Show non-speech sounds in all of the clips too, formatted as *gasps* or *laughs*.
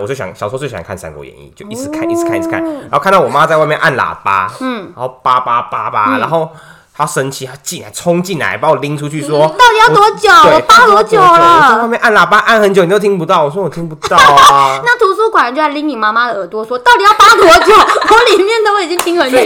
我最想小时候最喜欢看《三国演义》，就一哦直看，一直看，一直看，然后看到我妈在外面按喇叭，嗯，然后叭叭叭嗯叭，然后她生气，她进来冲进来把我拎出去说，到底要多久？嗯对我扒多久我在外了？。面按喇叭按很久，你都听不到。我说我听不到啊 *laughs* 那图书馆就在拎你妈妈的耳朵说，到底要扒多久？ *laughs* 我里面都已经听很久。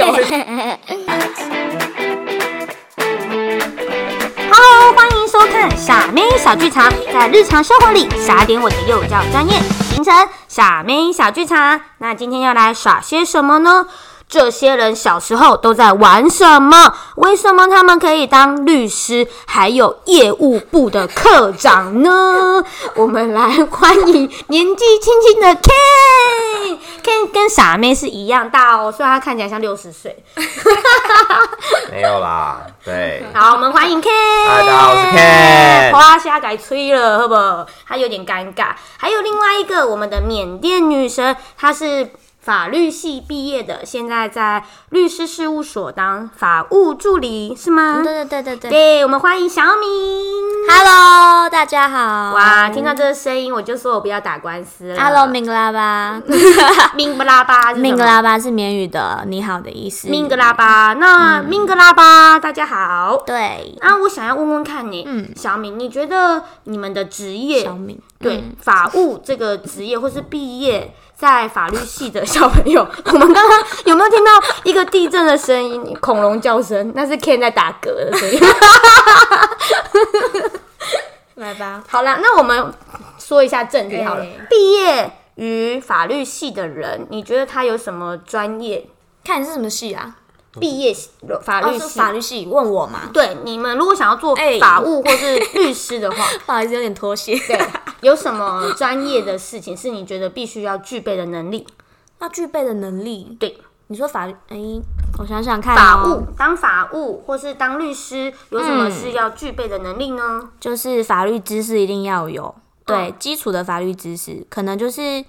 Hello，欢迎收看傻妹小剧场，在日常生活里傻点我的幼教专业，形成傻妹小剧场。那今天要来傻些什么呢？这些人小时候都在玩什么？为什么他们可以当律师，还有业务部的科长呢？我们来欢迎年纪轻轻的 Ken。Ken 跟傻妹是一样大哦，虽然他看起来像六十岁。没有啦，对，好，我们欢迎 Ken。嗨大家好我是 Ken 花虾改吹了，好不好？他有点尴尬。还有另外一个，我们的缅甸女神，她是法律系毕业的，现在在律师事务所当法务助理，是吗？对对对对对对，我们欢迎小敏。 ，Hello，大家好。哇，听到这个声音，我就说我不要打官司了。 ，Hello，明格拉巴， *laughs* 明格拉巴，明格，拉巴是缅语的“你好”的意思。明格拉巴。那明格拉巴，大家好。对，那我想要问问看你，嗯小明，你觉得你们的职业小敏，嗯对、法务这个职业，或是毕业在法律系的小朋友， *laughs* 我们刚刚有没有听到一个地震的声音？恐龙叫声，那是 Ken 在打嗝的声音。 *laughs* 来吧。好啦，那我们说一下正题好了哎。毕业于法律系的人，你觉得他有什么专业？看你是什么系啊？毕业法哦，律是系，法律系。问我嘛？对你们如果想要做哎法务或是律师的 *laughs* 话，不好意思，有点脱 *laughs* 鞋。对，有什么专业的事情是你觉得必须要具备的能力？要具备的能力。对，你说法律，哎，我想想看、啊法务，哦当法务或是当律师，有什么是要具备的能力呢？就是法律知识一定要有，对，基础的法律知识，可能就是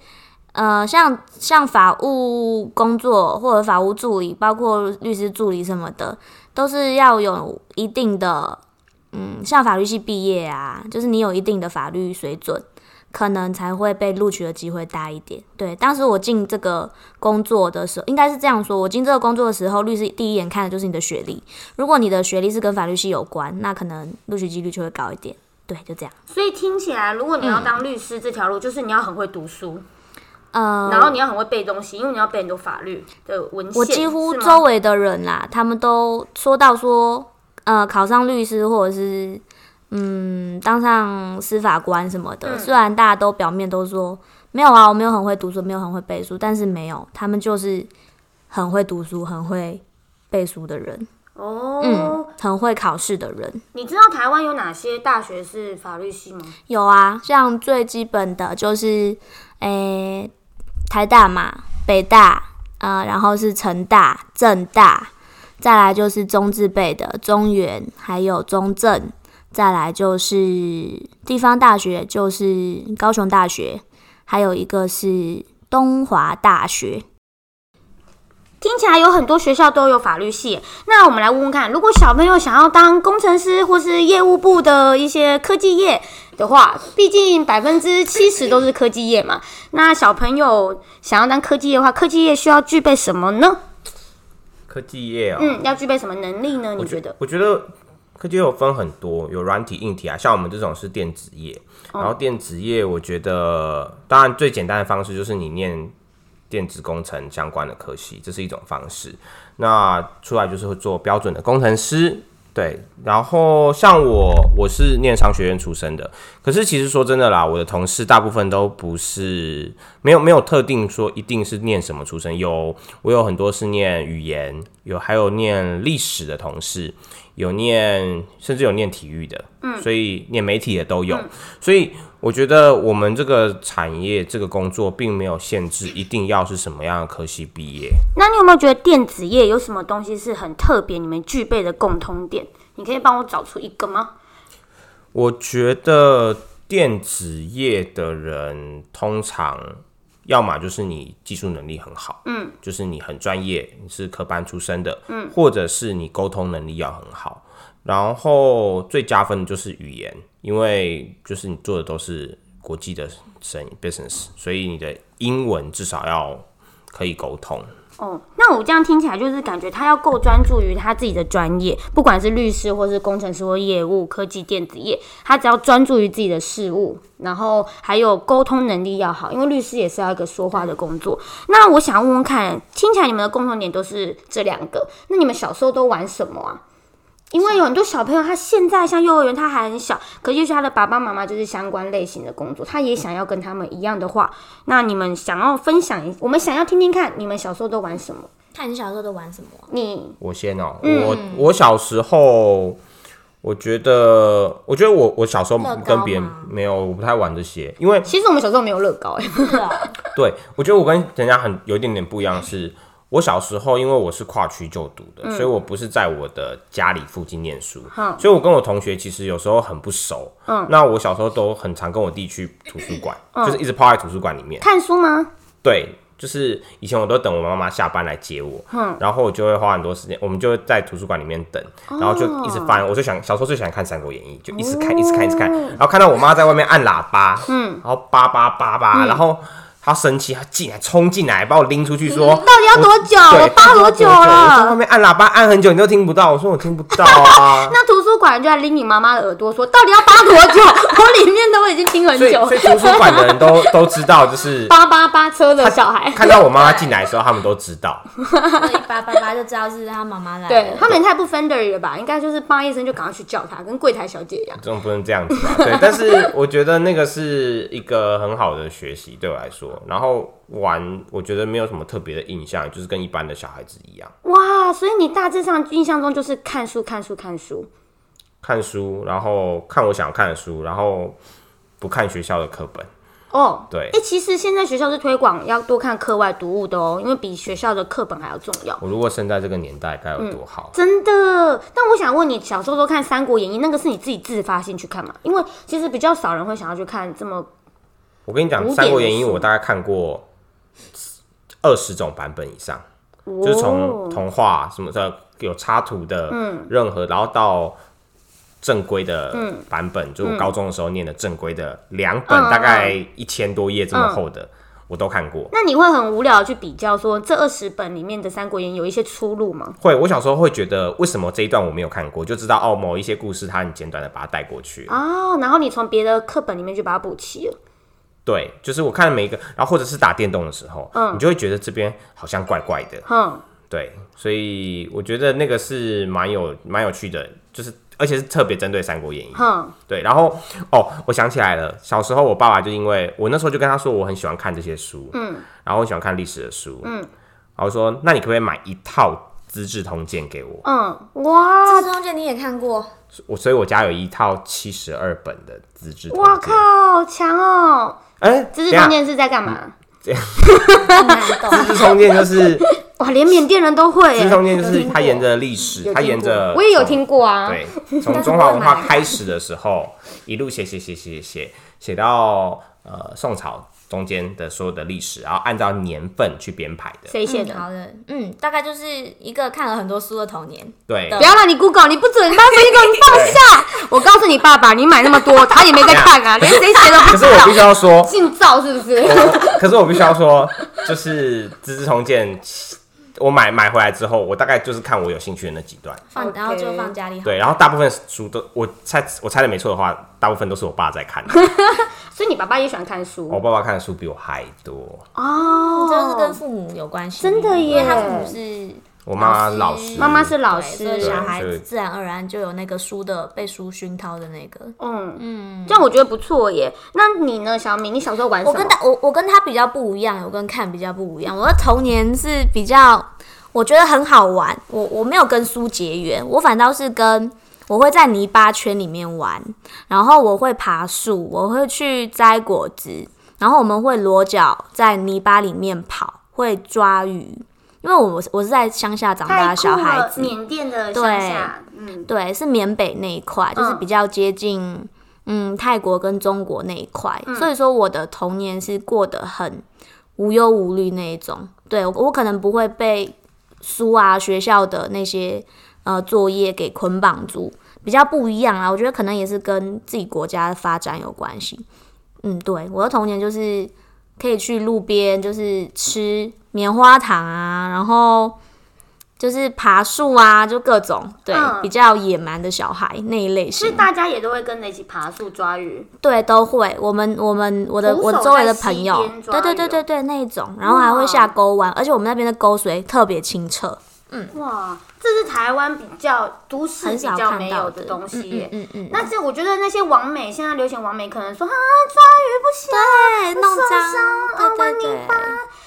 呃，像像法务工作或者法务助理，包括律师助理什么的，都是要有一定的，嗯，像法律系毕业啊，就是你有一定的法律水准。可能才会被录取的机会大一点。对，当时我进这个工作的时候，应该是这样说：我进这个工作的时候，律师第一眼看的就是你的学历。如果你的学历是跟法律系有关，那可能录取几率就会高一点。对，就这样。所以听起来，如果你要当律师这条路，就是你要很会读书，呃，然后你要很会背东西，因为你要背很多法律的文献。我几乎是吗周围的人啦，他们都说到说，呃，考上律师或者是嗯，当上司法官什么的。嗯虽然大家都表面都说没有啊，我没有很会读书，没有很会背书，但是没有，他们就是很会读书、很会背书的人，哦。嗯，很会考试的人。你知道台湾有哪些大学是法律系吗？有啊，像最基本的就是，诶、台大嘛，北大，呃，然后是成大、政大，再来就是中字辈的中原，还有中正，再来就是地方大学，就是高雄大学，还有一个是东华大学。听起来有很多学校都有法律系，那我们来问问看，如果小朋友想要当工程师或是业务部的一些科技业的话，毕竟百分之七十都是科技业嘛。那小朋友想要当科技业的话，科技业需要具备什么呢？科技业哦，嗯，要具备什么能力呢？你我觉得？我觉得科技业有分很多，有软体、硬体啊，像我们这种是电子业。哦然后电子业，我觉得当然最简单的方式就是你念电子工程相关的科系，这是一种方式。那出来就是会做标准的工程师。对，然后像我，我是念商学院出身的，可是其实说真的啦，我的同事大部分都不是没有没有特定说一定是念什么出身，有我有很多是念语言，有还有念历史的同事，有念甚至有念体育的，嗯，所以念媒体的都有，所以我觉得我们这个产业这个工作并没有限制一定要是什么样的科系毕业，那你有没有觉得电子业有什么东西是很特别，你们具备的共通点？你可以帮我找出一个吗？我觉得电子业的人通常，要么就是你技术能力很好，嗯，就是你很专业，你是科班出身的，嗯，或者是你沟通能力要很好。然后最加分的就是语言，因为就是你做的都是国际的生意 business，所以你的英文至少要可以沟通。哦，那我这样听起来就是感觉他要够专注于他自己的专业，不管是律师或是工程师或业务、科技电子业，他只要专注于自己的事物，然后还有沟通能力要好，因为律师也是要一个说话的工作。那我想问问看，听起来你们的共同点都是这两个，那你们小时候都玩什么啊？因为有很多小朋友，他现在像幼儿园，他还很小，可也许他的爸爸妈妈就是相关类型的工作，他也想要跟他们一样的话，那你们想要分享一，我们想要听听看你们小时候都玩什么？看你小时候都玩什么？啊你我先哦、嗯我我小时候，我觉得，我觉得我我小时乐候高跟别人吗没有，我不太玩这些，因为其实我们小时候没有乐高哎、对 *laughs* 啊，对我觉得我跟人家很有一点点不一样是。我小时候，因为我是跨区就读的，嗯所以我不是在我的家里附近念书，嗯所以我跟我同学其实有时候很不熟。嗯，那我小时候都很常跟我弟去图书馆，嗯就是一直泡在图书馆里面。 *laughs* 看书吗？对，就是以前我都等我妈妈下班来接我，然后我就会花很多时间，我们就会在图书馆里面等，哦然后就一直翻。我就想小时候最喜欢看《三国演义》，就一直看，一直看，一直看，然后看到我妈在外面按喇叭，嗯，然后叭叭叭嗯叭，然后她生气，她进来冲进来把我拎出去说。到底要多久？我对，扒嗯多久啊我在外了？。面按喇叭按很久，你都听不到。我说我听不到啊那图书馆就在拎你妈妈的耳朵说，到底要扒多久？ *laughs* 我里面都已经听 *laughs* 很所以，久所以。图书馆的人都都知道， *laughs* 就是八八八车的小孩，看到我妈妈进来的时候，他们都知道。一叭叭叭就知道是他妈妈来。对，他们也太不 Fender 了吧？应该就是叭一声就赶快去叫他，跟柜台小姐一样。这种不能这样子吧？对，但 *laughs* 是我觉得那个是一个很好的学习对我来说。然后玩，我觉得没有什么特别的印象，就是跟一般的小孩子一样，哇，所以你大致上印象中就是看书、看书、看书。看书，然后看我想看的书，然后不看学校的课本。哦，对哎、其实现在学校是推广要多看课外读物的哦，因为比学校的课本还要重要。我如果生在这个年代，该有多好！真的，但我想问你，小时候都看《三国演义》，那个是你自己自发性去看吗？因为其实比较少人会想要去看这么我跟你讲，古《典三国演义的》书我大概看过二十种版本以上，就是哦从童话什么的有插图的，嗯任何然后到正规的版本，就我高中的时候念的正规的两本，嗯嗯大概一千多页这么厚的，我都看过。那你会很无聊地去比较说这二十本里面的《三国演义》有一些出入吗？会，我小时候会觉得为什么这一段我没有看过，就知道哦，某一些故事它很简短的把它带过去。哦，然后你从别的课本里面去把它补齐了。对，就是我看每一个，然后或者是打电动的时候，嗯你就会觉得这边好像怪怪的，哼，对，所以我觉得那个是蛮有蛮有趣的，就是而且是特别针对《三国演义》。哼，对，然后哦，我想起来了，小时候我爸爸就因为我那时候就跟他说我很喜欢看这些书，嗯，然后我喜欢看历史的书，嗯，然后说那你可不可以买一套《资治通鉴》给我？嗯，哇这中间你也看过，我所以我家有一套七十二本的《资治通哇鉴》。靠，强哦！哎，这等一是下中间是在干嘛？资治通很难懂。鉴》 *laughs* 就是《哇，连缅甸人都会资治耶，通鉴》就是它沿着历有史，听它沿着过我也有听过啊。 *laughs* 对，从中华文化开始的时候，一路写写写写写写到呃宋朝中间的所有的历史，然后按照年份去编排的。谁写嗯，的？好的，嗯，大概就是一个看了很多书的童年。对，不要让你 Google，你不准把手机给我放下！ *laughs* 我告诉你，爸爸，你买那么多，他也没在看 *laughs* 啊，连谁写的不可是知我必道。须要说，姓赵是不是？ *laughs* 可是我必须要说，就是《资治通鉴》，我买买回来之后，我大概就是看我有兴趣的那几段。放 OK 哦然后就放家里好。对，然后大部分书都我猜我猜的没错的话，大部分都是我爸在看的。所以你爸爸也喜欢看我书爸爸看的书比我还多，哦这是跟父母有关系，真的耶因为他父母是我妈妈老师，妈妈是老对所师以，小孩对所以子自然而然就有那个书的被书熏陶的那个。嗯嗯，这样我觉得不错耶。那你呢，小米？你小时候玩什我么？跟他我我跟他比较不一样，我跟看比较不一样。我的童年是比较，我觉得很好玩。我我没有跟书结缘，我反倒是跟我会在泥巴圈里面玩，然后我会爬树，我会去摘果子，然后我们会裸脚在泥巴里面跑，会抓鱼。因为我我是在乡下长大太的酷了，小孩子，缅甸的乡对下，嗯，对，是缅北那一块，就是嗯比较接近嗯泰国跟中国那一块，嗯所以说我的童年是过得很无忧无虑那一种。对我，我可能不会被书啊、学校的那些呃作业给捆绑住，比较不一样啊。我觉得可能也是跟自己国家的发展有关系。嗯，对，我的童年就是可以去路边，就是吃棉花糖啊，然后就是爬树啊，就各种对、嗯比较野蛮的小孩那一类是型，大家也都会跟着一起爬树抓鱼，对都会。我们我们我的徒手我周围的朋在溪友边，抓对对对对对那一种，然后还会下沟玩，而且我们那边的沟水特别清澈，哇，这是台湾比较都市很比少较看没到有的东西耶。嗯嗯嗯嗯，那这我觉得那些网美现在流行网美可能说啊抓鱼不行，对弄会受脏伤对啊玩对泥巴对。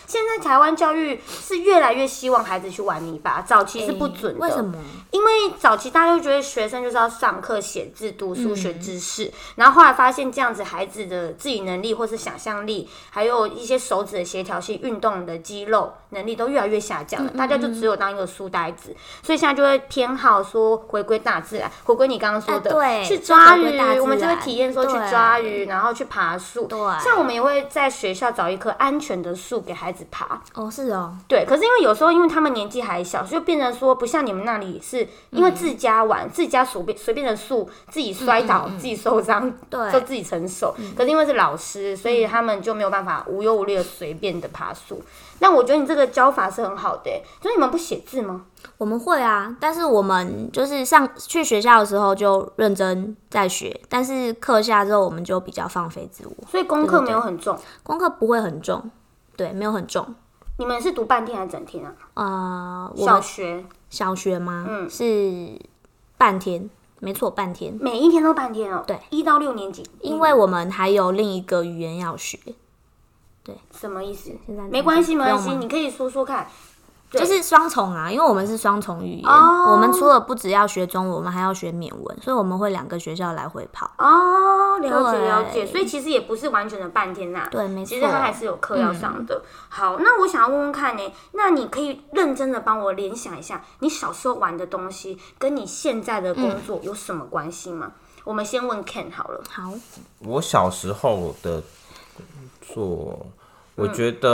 现在台湾教育是越来越希望孩子去玩泥巴，早期是不准的。哎为什么？因为早期大家就觉得学生就是要上课、写字、读书、学知识，然后后来发现这样子孩子的自理能力或是想象力，还有一些手指的协调性、运动的肌肉能力都越来越下降嗯了，大家就只有当一个书呆子，所以现在就会偏好说回归大自哎然，回归你刚刚说的、哎对去抓就回归鱼大自，然我们就会体验说去对抓鱼，然后去爬树，对像我们也会在学校找一棵安全的树给孩子爬，哦，是哦，对，可是因为有时候因为他们年纪还小，就变成说不像你们那里是因嗯为自家玩、自家随便随便的树，自己摔倒、自己受伤，嗯 *laughs* 对嗯就自己承受。可是因为是老师，所以他们就没有办法无忧无虑的随便的爬树。但我觉得你这个教法是很好的、欸，所以你们不写字吗？我们会啊，但是我们就是上去学校的时候就认真在学，但是课下之后我们就比较放飞自我，所以功课没有很重。功课不会很重，对，没有很重。你们是读半天还是整天啊？呃，我小们学小学吗？嗯是半天，没错，半天，每一天都半天哦、对，一到六年级，因为我们还有另一个语言要学，什么意思现在？没关系，没关不系，用吗你可以说说看。对就是双重啊，因为我们是双重语言，哦我们除了不只要学中文，我们还要学缅文，所以我们会两个学校来回跑。哦，了解对了解，所以其实也不是完全的半天呐、对没错嗯其实他还是有课要上的。好，那我想要问问看呢、那你可以认真的帮我联想一下，你小时候玩的东西跟你现在的嗯工作有什么关系吗？我们先问 Ken 好了，好，我小时候的做，我觉得，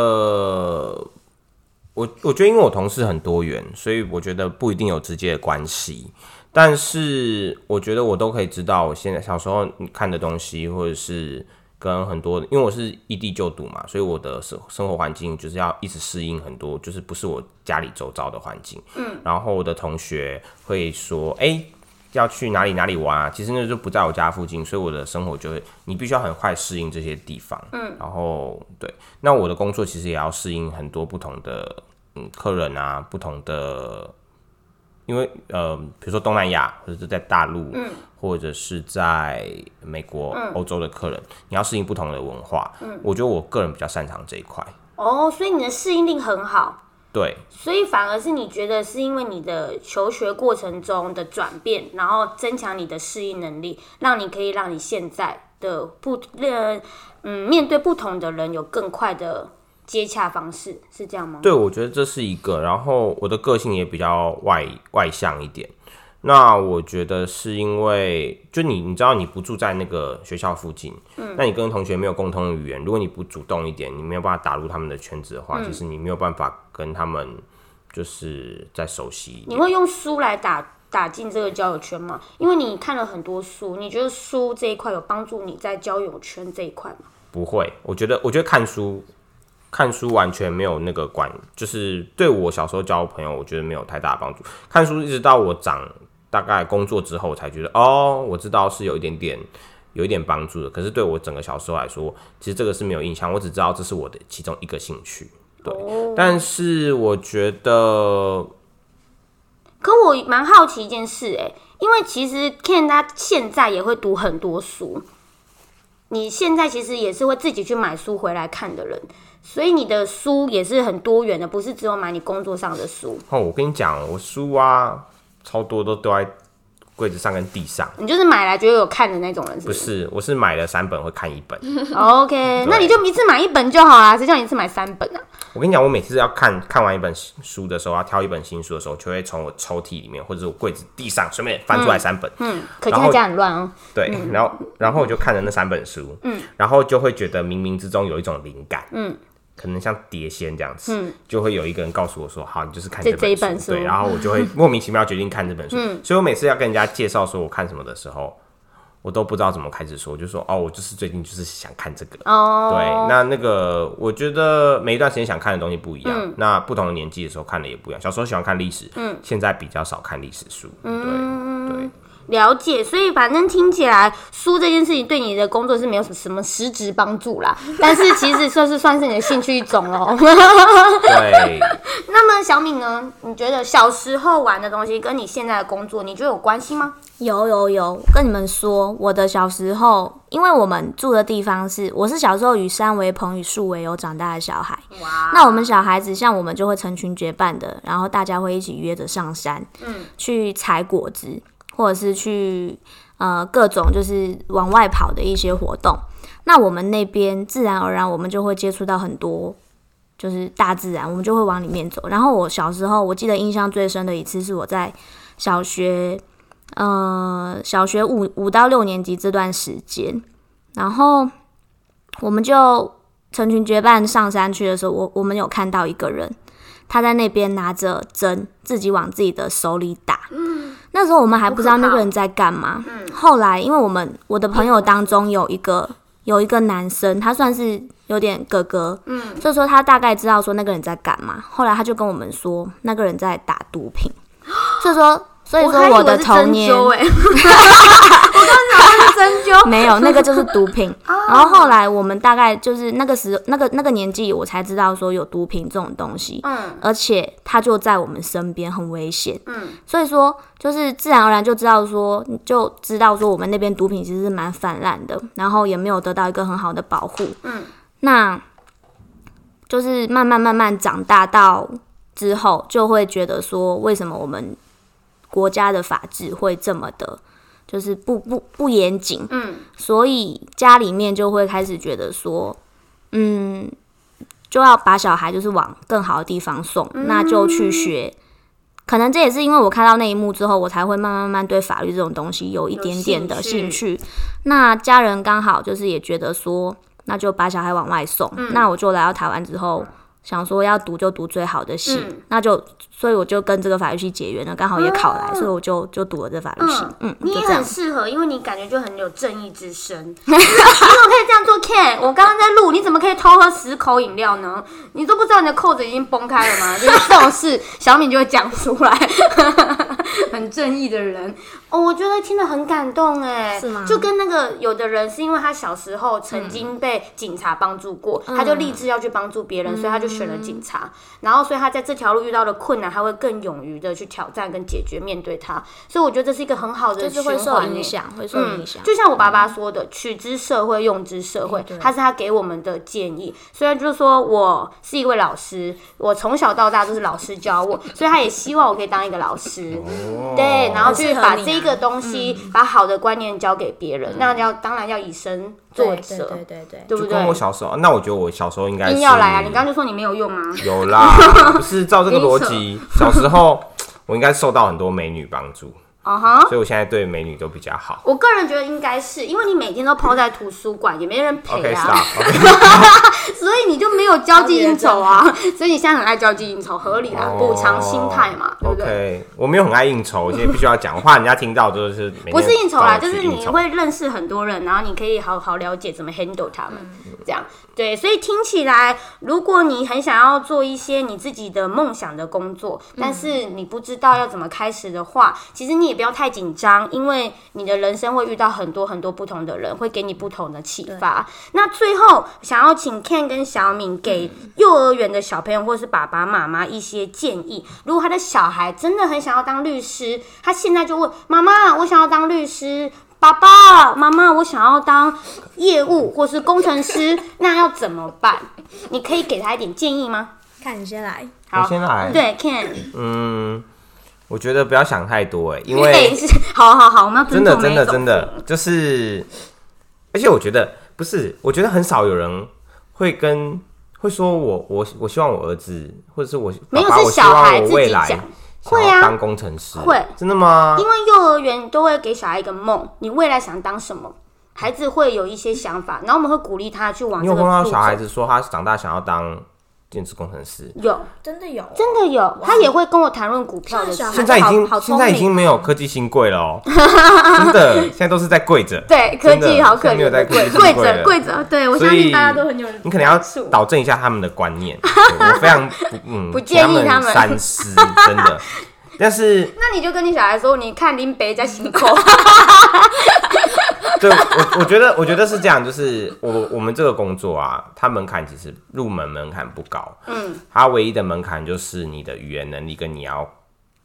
我我觉得，因为我同事很多元，所以我觉得不一定有直接的关系。但是我觉得我都可以知道，我现在小时候看的东西，或者是跟很多，因为我是异地就读嘛，所以我的生生活环境就是要一直适应很多，就是不是我家里周遭的环境。嗯，然后我的同学会说，哎、要去哪里哪里玩啊，其实那就不在我家附近，所以我的生活就会，你必须要很快适应这些地方。嗯，然后对，那我的工作其实也要适应很多不同的嗯客人啊，不同的，因为呃，比如说东南亚或者是在大陆，嗯，或者是在美国、欧洲的客人，你要适应不同的文化。嗯，我觉得我个人比较擅长这一块。哦，所以你的适应力很好，对，所以反而是你觉得是因为你的求学过程中的转变，然后增强你的适应能力，让你可以让你现在的不呃嗯面对不同的人有更快的接洽方式，是这样吗？对，我觉得这是一个。然后我的个性也比较外外向一点。那我觉得是因为，就你你知道你不住在那个学校附近，嗯，那你跟同学没有共同语言，如果你不主动一点，你没有办法打入他们的圈子的话，其实你没有办法跟他们就是再熟悉一你点。会用书来打打进这个交友圈吗？因为你看了很多书，你觉得书这一块有帮助你在交友圈这一块吗？不会，我觉得我觉得看书看书完全没有那个关，就是对我小时候交朋友，我觉得没有太大的帮助。看书一直到我长大概工作之后，我才觉得哦，我知道是有一点点有一点帮助的。可是对我整个小时候来说，其实这个是没有印象，我只知道这是我的其中一个兴趣。对，但是我觉得哦可我蛮好奇一件事、欸，因为其实 Ken 他现在也会读很多书，你现在其实也是会自己去买书回来看的人，所以你的书也是很多元的，不是只有买你工作上的书，哦，我跟你讲，我书啊超多都丢在柜子上跟地上。你就是买来觉得有看的那种人，是不不是哦是，我是买了三本会看一本。 ？OK，那你就一次买一本就好啦，谁叫你一次买三本啊？我跟你讲，我每次要看看完一本新书的时候，要挑一本新书的时候，就会从我抽屉里面或者是我柜子地上随便翻出来三本，嗯，可然见后他家很乱哦。对，然后然后我就看了那三本书，嗯，然后就会觉得冥冥之中有一种灵感，嗯，可能像碟仙这样子，嗯，就会有一个人告诉我说，好，你就是看这这这一本本书嗯对，然后我就会莫名其妙决定看这本书，所以我每次要跟人家介绍说我看什么的时候，我都不知道怎么开始说，就说哦，我就是最近就是想看这个。哦，对，那那个我觉得每一段时间想看的东西不一样，嗯那不同的年纪的时候看的也不一样。小时候喜欢看历史，嗯，现在比较少看历史书，对嗯对。了解，所以反正听起来书这件事情对你的工作是没有什么什么实质帮助啦，但是其实算是算是你的兴趣一种喽。 *laughs* 对，那么小敏呢？你觉得小时候玩的东西跟你现在的工作，你觉得有关系吗？有有有，跟你们说，我的小时候，因为我们住的地方是，我是小时候与山为朋，与树为友长大的小孩。哇那我们小孩子像我们就会成群结伴的，然后大家会一起约着上山，嗯，去采果子，或者是去呃各种就是往外跑的一些活动。那我们那边自然而然我们就会接触到很多。就是大自然，我们就会往里面走。然后我小时候，我记得印象最深的一次是我在小学，呃，小学五五到六年级这段时间，然后我们就成群结伴上山去的时候，我我们有看到一个人，他在那边拿着针，自己往自己的手里打。那时候我们还不知道那个人在干嘛。后来因为我们我的朋友当中有一个有一个男生，他算是有点哥哥，嗯，所以说他大概知道说那个人在干嘛。后来他就跟我们说，那个人在打毒 *gasps* 品。所以说，所以说还以为的是童年针灸哎， *laughs* 我刚刚想的是针灸，没有，那个就是毒 *laughs* 品。哦然后后来我们大概就是那个时那个那个年纪，我才知道说有毒品这种东西，嗯而且它就在我们身边，很危险。嗯，所以说就是自然而然就知道说，你就知道说我们那边毒品其实是蛮泛滥的，然后也没有得到一个很好的保护。嗯，那就是慢慢慢慢长大到之后，就会觉得说，为什么我们国家的法制会这么的，就是不不不严谨？嗯，所以家里面就会开始觉得说，嗯，就要把小孩就是往更好的地方送，那就去学。可能这也是因为我看到那一幕之后，我才会慢慢慢慢对法律这种东西有一点点的兴趣。那家人刚好就是也觉得说，那就把小孩往外送。那我就来到台湾之后，想说要读就读最好的系，嗯那就所以我就跟这个法律系结缘了，刚好也考来，所以我就就读了这法律系。嗯，你就也这样很。适合，因为你感觉就很有正义之声。 *laughs* 你怎么可以这样做？Ken，我刚刚在录，你怎么可以偷喝十口饮料呢？你都不知道你的扣子已经崩开了吗？就是这种事，小敏就会讲出来， *laughs* 很正义的人。哦，我觉得听得很感动哎，是吗嗯就跟那个有的人是因为他小时候曾经被警察帮助过，他就立志要去帮助别人，所以他就选了警察。嗯然哦后，所以他在这条路遇到的困难，他会更勇于的去挑战跟解决，面对它。所以我觉得这是一个很好的就是会循受环影欸。响，会受嗯影响，。哎就像我爸爸说的，“取之社会，用之社会”，他是他给我们的建议。虽然就是说我是一位老师，我从小到大都是老师教我，所以他也希望我可以当一个老师。哦对，然后去很适合把你啊这个东西，把好的观念教给别人。那要当然要以身作则，对对对对对，不嗯就对跟？我小时候，那我觉得我小时候应该硬是要来啊！你刚刚就说你没有用啊。有啦， *laughs* 不是照这个逻辑，小时候我应该受到很多美女帮助，啊哈、所以我现在对美女都比较好。我个人觉得应该是因为你每天都泡在图书馆，也没人陪 OK 啊 stop，OK *laughs* 所以你就没有交际应酬啊。 *laughs* 所以你现在很爱交际应酬，合理啦，哦补偿心态嘛，对不对？ OK，我没有很爱应酬，我现在必须要讲，我怕人家听到就是每天不是应酬啦，找就我去是你应酬会认识很多人，然后你可以好好了解怎么 handle 他们，这样对。所以听起来，如果你很想要做一些你自己的梦想的工作，但是你不知道要怎么开始的话，其实你也不要太紧张，因为你的人生会遇到很多很多不同的人，会给你不同的启发。那最后，想要请 Ken 跟小敏给幼儿园的小朋友或是爸爸妈妈一些建议。如果他的小孩真的很想要当律师，他现在就问妈妈：“我想要当律师。”爸爸妈妈，我想要当业务或是工程师， *laughs* 那要怎么办？你可以给他一点建议吗？看你先来，我先来，对，Ken，嗯，我觉得不要想太多哎、因为对，是 *laughs* 好好好，我们要真尊的重真那的一种真的就是，而且我觉得不是，我觉得很少有人会跟会说我我我希望我儿子，或者是我没有爸爸是我希小望孩我自未己来讲想会要啊当工程师，会真的吗？因为幼儿园都会给小孩一个梦，你未来想当什么，孩子会有一些想法，然后我们会鼓励他去往你这有个碰到路小孩走。子说他长大想要当电子工程师。有，真的有，真的有，他也会跟我谈论股票的真事。的是现在已经好好聪现明在已经没有科技新贵了 *laughs* 哦，真的，现在都是在跪着。对，科真的技好现可在没怜有在，跪科技跪新贵着了跪着，对我所相以信大家都很有人。你可能要触导正一下他们的观 *laughs* 念，对我非常不嗯，不建议请他他们三思，真 *laughs* 的。但是那你就跟你小孩说，你看林北在行 *laughs* 口，对我，我觉得，我觉得是这样，就是我我们这个工作啊，它门槛其实入门门槛不高，嗯，它唯一的门槛就是你的语言能力跟你要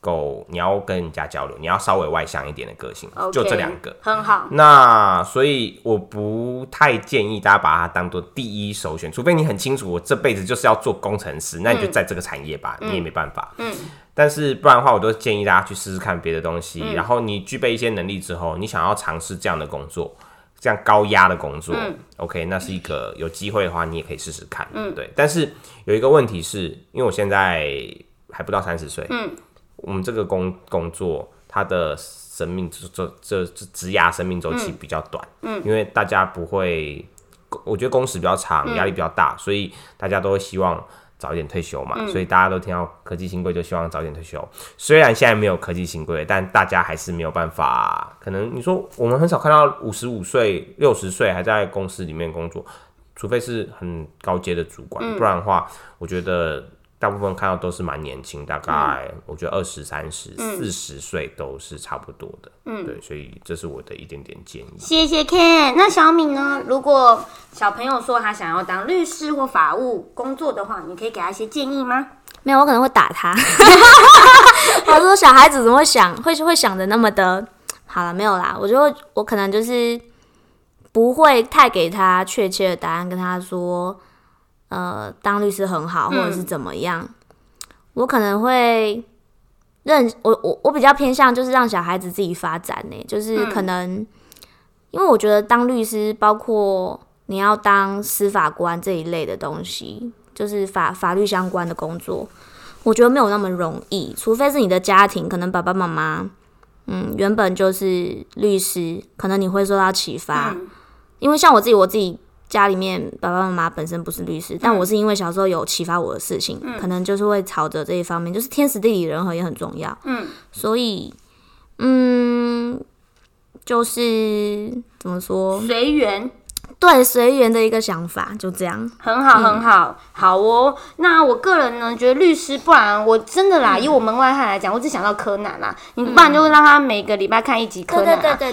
够，你要跟人家交流，你要稍微外向一点的个性 OK，就这两个。很好。那所以我不太建议大家把它当做第一首选，除非你很清楚我这辈子就是要做工程师，那你就在这个产业吧，你也没办法。嗯。但是不然的话，我都建议大家去试试看别的东西，然后你具备一些能力之后，你想要尝试这样的工作，这样高压的工作、o k 那是一个有机会的话，你也可以试试看，嗯，对。但是有一个问题是，因为我现在还不到三十岁，嗯，我们这个工工作，它的生命这这这这职涯生命周期比较短，嗯，因为大家不会，我觉得工时比较长，压力比较大，所以大家都会希望。早一点退休嘛，所以大家都听到科技新贵就希望早点退休。虽然现在没有科技新贵，但大家还是没有办法。可能你说我们很少看到五十五岁、六十岁还在公司里面工作，除非是很高阶的主管，不然的话，我觉得大部分看到都是蛮年轻，大概我觉得二十三十、四十岁都是差不多的。嗯，对，所以这是我的一点点建议。谢谢 Ken。那小敏呢？如果小朋友说他想要当律师或法务工作的话，你可以给他一些建议吗？没有，我可能会打 *laughs* 他。我说小孩子怎么会想，会会想的那么的，好了，没有啦，我就会我可能就是不会太给他确切的答案，跟他说，呃，当律师很好，或者是怎么样，我可能会认我我我比较偏向就是让小孩子自己发展呢、就是可能、因为我觉得当律师，包括你要当司法官这一类的东西，就是法法律相关的工作，我觉得没有那么容易，除非是你的家庭，可能爸爸妈妈，嗯，原本就是律师，可能你会受到启发。因为像我自己，我自己家里面爸爸妈妈本身不是律师，但我是因为小时候有启发我的事情，可能就是会朝着这一方面，就是天时地利人和也很重要。嗯，所以，嗯，就是怎么说，随缘，对随缘的一个想法，就这样。很好，很好，好哦。那我个人呢，觉得律师，不然我真的啦，以我门外汉来讲，我只想到柯南啦。你不然就让他每个礼拜看一集柯南、啊。对对，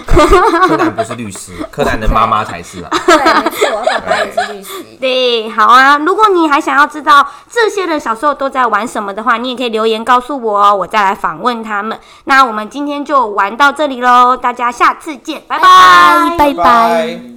柯南不是律师，柯南的妈妈才是啊。没错，我爸爸也是律师。对，好啊！如果你还想要知道这些人小时候都在玩什么的话，你也可以留言告诉我哦，我再来访问他们。那我们今天就玩到这里喽，大家下次见，拜拜拜拜。